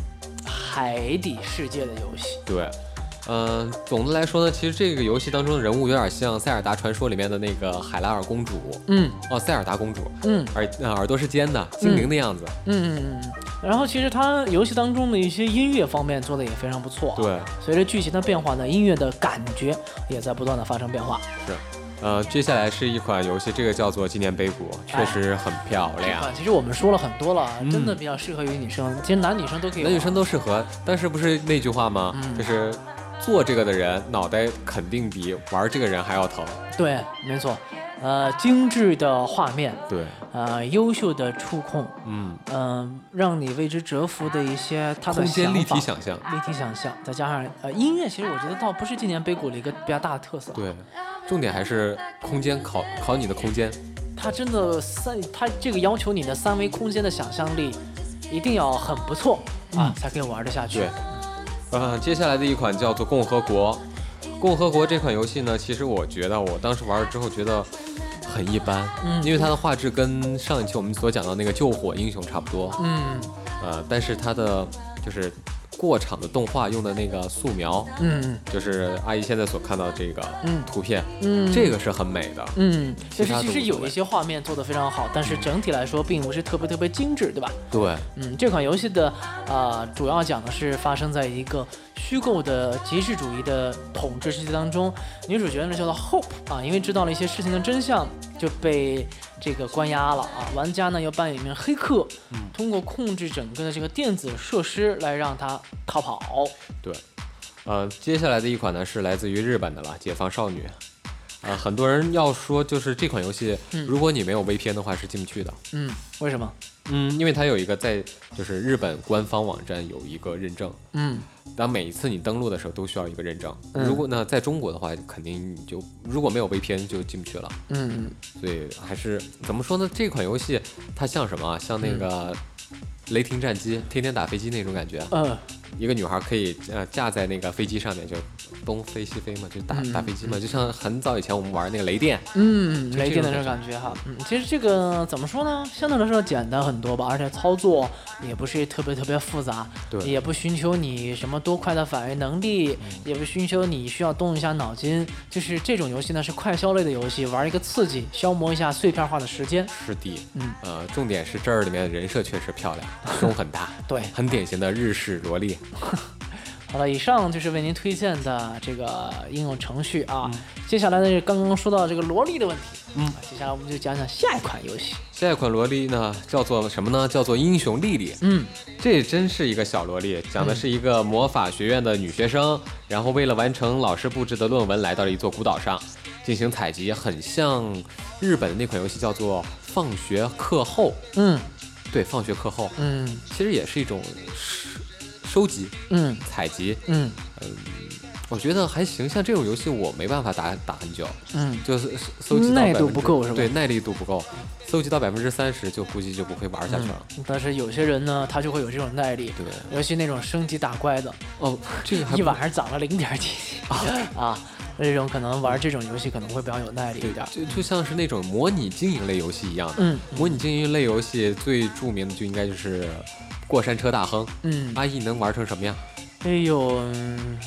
[SPEAKER 4] 海底世界的游戏，
[SPEAKER 5] 对，嗯、总的来说呢，其实这个游戏当中的人物有点像《塞尔达传说》里面的那个海拉尔公主，
[SPEAKER 4] 嗯
[SPEAKER 5] 哦，塞尔达公主，
[SPEAKER 4] 嗯
[SPEAKER 5] 耳呃耳朵是尖的，精灵的样子，
[SPEAKER 4] 嗯嗯嗯嗯。然后其实它游戏当中的一些音乐方面做的也非常不错、啊，。
[SPEAKER 5] 对，
[SPEAKER 4] 随着剧情的变化呢，音乐的感觉也在不断的发生变化。
[SPEAKER 5] 是。呃，接下来是一款游戏，这个叫做《纪念碑谷》，确实很漂
[SPEAKER 4] 哎这
[SPEAKER 5] 亮，
[SPEAKER 4] 款啊其实我们说了很多了，啊
[SPEAKER 5] 嗯
[SPEAKER 4] 真的比较适合于女生，其实男女生都可以玩。
[SPEAKER 5] 男女生都适合。但是不是那句话吗？
[SPEAKER 4] 嗯
[SPEAKER 5] 就是做这个的人脑袋肯定比玩这个人还要疼。
[SPEAKER 4] 对，没错，呃，精致的画面，
[SPEAKER 5] 对，
[SPEAKER 4] 呃，优秀的触控，
[SPEAKER 5] 嗯，
[SPEAKER 4] 嗯、让你为之折服的一些他的
[SPEAKER 5] 空间
[SPEAKER 4] 想
[SPEAKER 5] 立体
[SPEAKER 4] 法
[SPEAKER 5] 想象。
[SPEAKER 4] 立体想象，再加上呃音乐，其实我觉得倒不是今年杯谷的一个比较大的特色，
[SPEAKER 5] 对，重点还是空间考考你的空间。
[SPEAKER 4] 它真的三，它这个要求你的三维空间的想象力一定要
[SPEAKER 5] 嗯
[SPEAKER 4] 很不错啊，才可以玩得下去
[SPEAKER 5] 对。，呃，接下来的一款叫做《共和国》，共和国》这款游戏呢，其实我觉得我当时玩了之后觉得很一般，
[SPEAKER 4] 嗯
[SPEAKER 5] 因为它的画质跟上一期我们所讲到那个救火英雄差不多，
[SPEAKER 4] 嗯
[SPEAKER 5] 呃，但是它的就是过场的动画用的那个素描，
[SPEAKER 4] 嗯
[SPEAKER 5] 就是阿姨现在所看到的这个
[SPEAKER 4] 嗯
[SPEAKER 5] 图片，
[SPEAKER 4] 嗯
[SPEAKER 5] 这个是很美的，
[SPEAKER 4] 嗯，就
[SPEAKER 5] 其
[SPEAKER 4] 是
[SPEAKER 5] 他
[SPEAKER 4] 其
[SPEAKER 5] 都
[SPEAKER 4] 实
[SPEAKER 5] 无所
[SPEAKER 4] 有
[SPEAKER 5] 谓
[SPEAKER 4] 一些画面做得非常好，但是整体来说并不是特别特别精致，对吧？
[SPEAKER 5] 对，
[SPEAKER 4] 嗯，这款游戏的呃主要讲的是发生在一个虚构的极致主义的统治世界当中，女主角呢叫做 Hope 啊，因为知道了一些事情的真相，就被这个关押了啊。玩家呢要扮演一名黑客，
[SPEAKER 5] 嗯
[SPEAKER 4] 通过控制整个的这个电子设施来让他逃跑。
[SPEAKER 5] 对，呃，接下来的一款呢是来自于日本的了，《解放少女》。啊，很多人要说，就是这款游戏，
[SPEAKER 4] 嗯
[SPEAKER 5] 如果你没有 VPN 的话是进不去的。
[SPEAKER 4] 嗯，为什么？
[SPEAKER 5] 嗯，因为它有一个在就是日本官方网站有一个认证，
[SPEAKER 4] 嗯
[SPEAKER 5] 当每一次你登录的时候都需要一个认证。
[SPEAKER 4] 嗯
[SPEAKER 5] 如果呢在中国的话，肯定你就如果没有 VPN 就进不去了。
[SPEAKER 4] 嗯
[SPEAKER 5] 所以还是怎么说呢？这款游戏它像什么啊？像
[SPEAKER 4] 嗯
[SPEAKER 5] 那个雷霆战机，天天打飞机那种感觉。啊
[SPEAKER 4] 呃
[SPEAKER 5] 一个女孩可以呃架在那个飞机上面，就东飞西飞嘛，就打
[SPEAKER 4] 嗯
[SPEAKER 5] 打飞机嘛，就像很早以前我们玩那个雷电，
[SPEAKER 4] 嗯，
[SPEAKER 5] 就
[SPEAKER 4] 雷
[SPEAKER 5] 这
[SPEAKER 4] 电的
[SPEAKER 5] 种
[SPEAKER 4] 这种
[SPEAKER 5] 感
[SPEAKER 4] 感觉哈。嗯，其实这个怎么说呢？相对来说简单很多吧，而且操作也不是特别特别复杂。
[SPEAKER 5] 对嗯
[SPEAKER 4] 也不寻求你什么多快的反应能力，也不寻求你需要动一下脑筋，就是这种游戏呢是快消类的游戏，玩一个刺激，消磨一下碎片化的时间。
[SPEAKER 5] 是的，
[SPEAKER 4] 嗯，
[SPEAKER 5] 呃，重点是这儿里面的人设确实漂亮，胸很大，
[SPEAKER 4] 对，
[SPEAKER 5] 很典型的日式萝莉。
[SPEAKER 4] 好了，以上就是为您推荐的这个应用程序啊。
[SPEAKER 5] 嗯
[SPEAKER 4] 接下来呢，是刚刚说到这个萝莉的问题，嗯，接下来我们就讲讲下一款游戏。
[SPEAKER 5] 下一款萝莉呢，叫做什么呢？叫做英雄莉莉。
[SPEAKER 4] 嗯
[SPEAKER 5] 这真是一个小萝莉，讲的是一个魔法学院的女学生，然后为了完成老师布置的论文，来到了一座孤岛上进行采集，很像日本的那款游戏叫做《放学课后》。
[SPEAKER 4] 嗯
[SPEAKER 5] 对，放学课后，
[SPEAKER 4] 嗯
[SPEAKER 5] 其实也是一种收收集、
[SPEAKER 4] 嗯
[SPEAKER 5] 采集。
[SPEAKER 4] 嗯
[SPEAKER 5] 我觉得还行，像这种游戏我没办法打打很久，
[SPEAKER 4] 嗯，
[SPEAKER 5] 就是搜集到
[SPEAKER 4] 耐
[SPEAKER 5] 百
[SPEAKER 4] 度
[SPEAKER 5] 分
[SPEAKER 4] 不
[SPEAKER 5] 之
[SPEAKER 4] 够是吧
[SPEAKER 5] 对，耐力度不够，搜集到百分之三十就估计就不会玩下去了。
[SPEAKER 4] 嗯但是有些人呢，他就会有这种耐力，
[SPEAKER 5] 对，
[SPEAKER 4] 尤其那种升级打怪的，
[SPEAKER 5] 哦，这个还
[SPEAKER 4] 嗯一
[SPEAKER 5] 不
[SPEAKER 4] 晚上涨了零点 几 啊，这种可能玩这种游戏可能会比较有耐力一点。
[SPEAKER 5] 就就像是那种模拟经营类游戏一样的。
[SPEAKER 4] 嗯
[SPEAKER 5] 模拟经营类游戏最著名的就应该就是过山车大亨。
[SPEAKER 4] 嗯，
[SPEAKER 5] 阿姨能玩成什么样？
[SPEAKER 4] 哎呦，
[SPEAKER 5] 啊
[SPEAKER 4] 嗯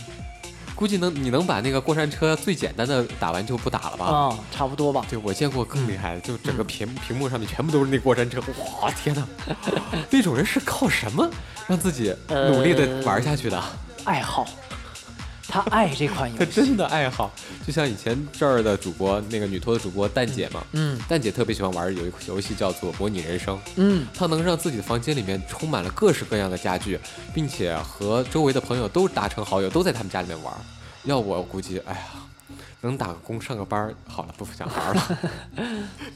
[SPEAKER 5] 估计能你能把那个过山车最简单的打完就不打了吧？
[SPEAKER 4] 啊，嗯差不多吧。
[SPEAKER 5] 对，我见过更厉害的，就整个屏屏幕上面全部都是那过山车，哇，天哪！ 那种人是靠什么让自己
[SPEAKER 4] 呃
[SPEAKER 5] 努力的玩下去的？
[SPEAKER 4] 爱好，他爱这款
[SPEAKER 5] 他
[SPEAKER 4] 游戏。
[SPEAKER 5] 真的爱好，就像以前这儿的主播，那个女托的主播蛋姐嘛，
[SPEAKER 4] 嗯
[SPEAKER 5] 蛋姐特别喜欢玩有一款游戏叫做《模拟人生》，
[SPEAKER 4] 嗯
[SPEAKER 5] 她能让自己的房间里面充满了各式各样的家具，并且和周围的朋友都达成好友，都在他们家里面玩。要我估计，哎呀。能打个工上个班儿好了，不想玩了。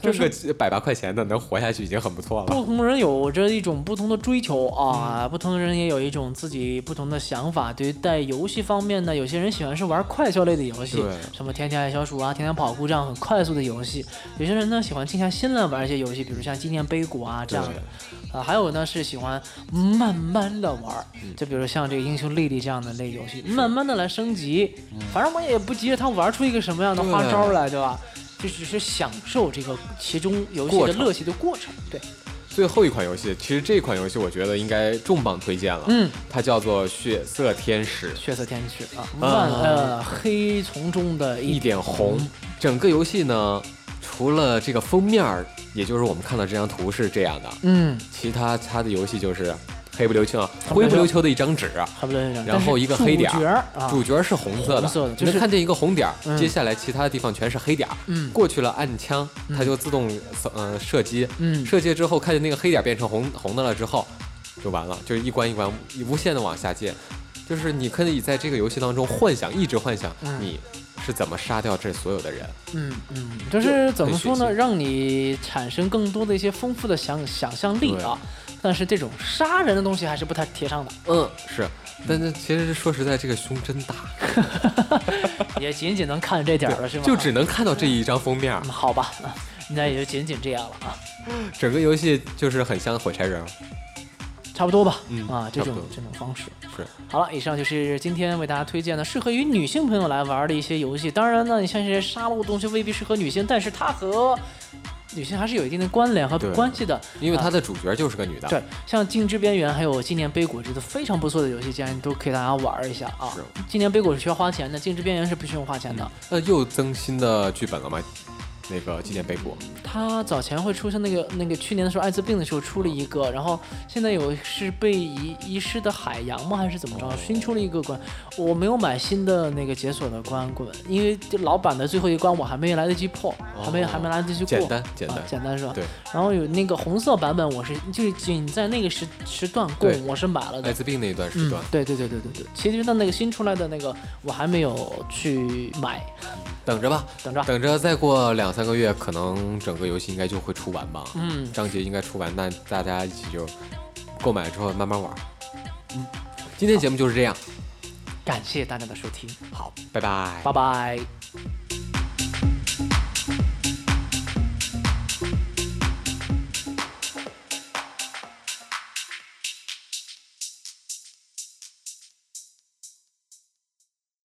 [SPEAKER 5] 挣个几百八块钱的能活下去已经很不错了。
[SPEAKER 4] 不同人有着一种不同的追求啊，不同的人也有一种自己不同的想法。对于在游戏方面呢，有些人喜欢是玩快消类的游戏
[SPEAKER 5] 对，
[SPEAKER 4] 什么《天天爱消暑》啊，《天天跑酷》这样很快速的游戏；有些人呢喜欢静下心来玩一些游戏，比如像纪念碑谷啊这样的。啊，还有呢是喜欢慢慢的玩儿，
[SPEAKER 5] 嗯
[SPEAKER 4] 就比如像这个英雄莉莉这样的类游戏，慢慢的来升级。
[SPEAKER 5] 嗯
[SPEAKER 4] 反正我也不急着他玩出一个什么样的花招来，对吧？就只是享受这个其中游戏
[SPEAKER 5] 过
[SPEAKER 4] 的
[SPEAKER 5] 程
[SPEAKER 4] 乐趣的过程，对。
[SPEAKER 5] 最后一款游戏，其实这款游戏我觉得应该重磅推荐了。
[SPEAKER 4] 嗯，
[SPEAKER 5] 它叫做《血色天使》，
[SPEAKER 4] 血色天使啊，万呃黑丛中的
[SPEAKER 5] 嗯一点红。整个游戏呢，除了这个封面儿，也就是我们看到这张图是这样的，
[SPEAKER 4] 嗯，
[SPEAKER 5] 其他它的游戏就是黑不溜秋、啊，
[SPEAKER 4] 不溜
[SPEAKER 5] 灰
[SPEAKER 4] 秋
[SPEAKER 5] 不溜秋的一张纸，
[SPEAKER 4] 差不多是这样。
[SPEAKER 5] 然后一个黑点
[SPEAKER 4] 主角
[SPEAKER 5] 儿
[SPEAKER 4] 啊，
[SPEAKER 5] 主角是红色的，
[SPEAKER 4] 红色的就
[SPEAKER 5] 你能
[SPEAKER 4] 是
[SPEAKER 5] 看见一个红点儿，
[SPEAKER 4] 嗯
[SPEAKER 5] 接下来其他的地方全是黑点儿。
[SPEAKER 4] 嗯
[SPEAKER 5] 过去了按枪，它就自动呃射击，
[SPEAKER 4] 嗯
[SPEAKER 5] 射击之后看见那个黑点变成红红的了之后，就完了，就是一关一关无限的往下进，就是你可以在这个游戏当中幻想，一直幻想
[SPEAKER 4] 嗯
[SPEAKER 5] 你是怎么杀掉这所有的人。
[SPEAKER 4] 嗯嗯，就是怎么说
[SPEAKER 5] 很
[SPEAKER 4] 呢，
[SPEAKER 5] 血腥
[SPEAKER 4] 让你产生更多的一些丰富的想想象力啊。但是这种杀人的东西还是不太贴上的，
[SPEAKER 5] 嗯，是，但是其实说实在，这个胸真大，
[SPEAKER 4] 也仅仅能看这点儿了，是吗？
[SPEAKER 5] 就只能看到这一张封面儿
[SPEAKER 4] 嗯，好吧，啊那也就仅仅这样了啊，
[SPEAKER 5] 整个游戏就是很像火柴人儿，
[SPEAKER 4] 差不多吧，
[SPEAKER 5] 嗯
[SPEAKER 4] 啊，这
[SPEAKER 5] 差
[SPEAKER 4] 种
[SPEAKER 5] 不多
[SPEAKER 4] 这种方式。
[SPEAKER 5] 是，
[SPEAKER 4] 好了，以上就是今天为大家推荐的适合于女性朋友来玩的一些游戏。当然呢，你像这些杀戮东西未必适合女性，但是它和女性还是有一定的关联和
[SPEAKER 5] 对
[SPEAKER 4] 关系的。
[SPEAKER 5] 因为
[SPEAKER 4] 啊
[SPEAKER 5] 它的主角就是个女的。
[SPEAKER 4] 对，像《镜之边缘》还有《纪念碑果汁》都非常不错的游戏，建议都可以大家玩一下啊。纪念碑果是需要花钱的，《镜之边缘》是不需要花钱的。
[SPEAKER 5] 那又增新的剧本了吗？那个纪念碑谷，
[SPEAKER 4] 它早前会出现那个那个去年的时候艾滋病的时候出了一个，然后现在有是被遗遗失的海洋吗还是怎么着？新出了一个关，我没有买新的那个解锁的关过，因为这老版的最后一关我还没来得及破，还没还没来得及过。
[SPEAKER 5] 哦简单简
[SPEAKER 4] 啊
[SPEAKER 5] 单，
[SPEAKER 4] 简单是吧？
[SPEAKER 5] 对。
[SPEAKER 4] 然后有那个红色版本，我是就是仅在那个时时段供
[SPEAKER 5] 对，
[SPEAKER 4] 我是买了的
[SPEAKER 5] 艾。滋病那一段时
[SPEAKER 4] 嗯
[SPEAKER 5] 段，，
[SPEAKER 4] 对对对对对对，其实它那个新出来的那个我还没有去买，
[SPEAKER 5] 等着吧，
[SPEAKER 4] 嗯等着。
[SPEAKER 5] 等着再过两三个月，可能整个游戏应该就会出完吧。
[SPEAKER 4] 嗯，
[SPEAKER 5] 章节应该出完，那大家一起就购买之后慢慢玩。嗯，今天节目就是这样，
[SPEAKER 4] 感谢大家的收听，好，
[SPEAKER 5] 拜拜。
[SPEAKER 4] 拜拜。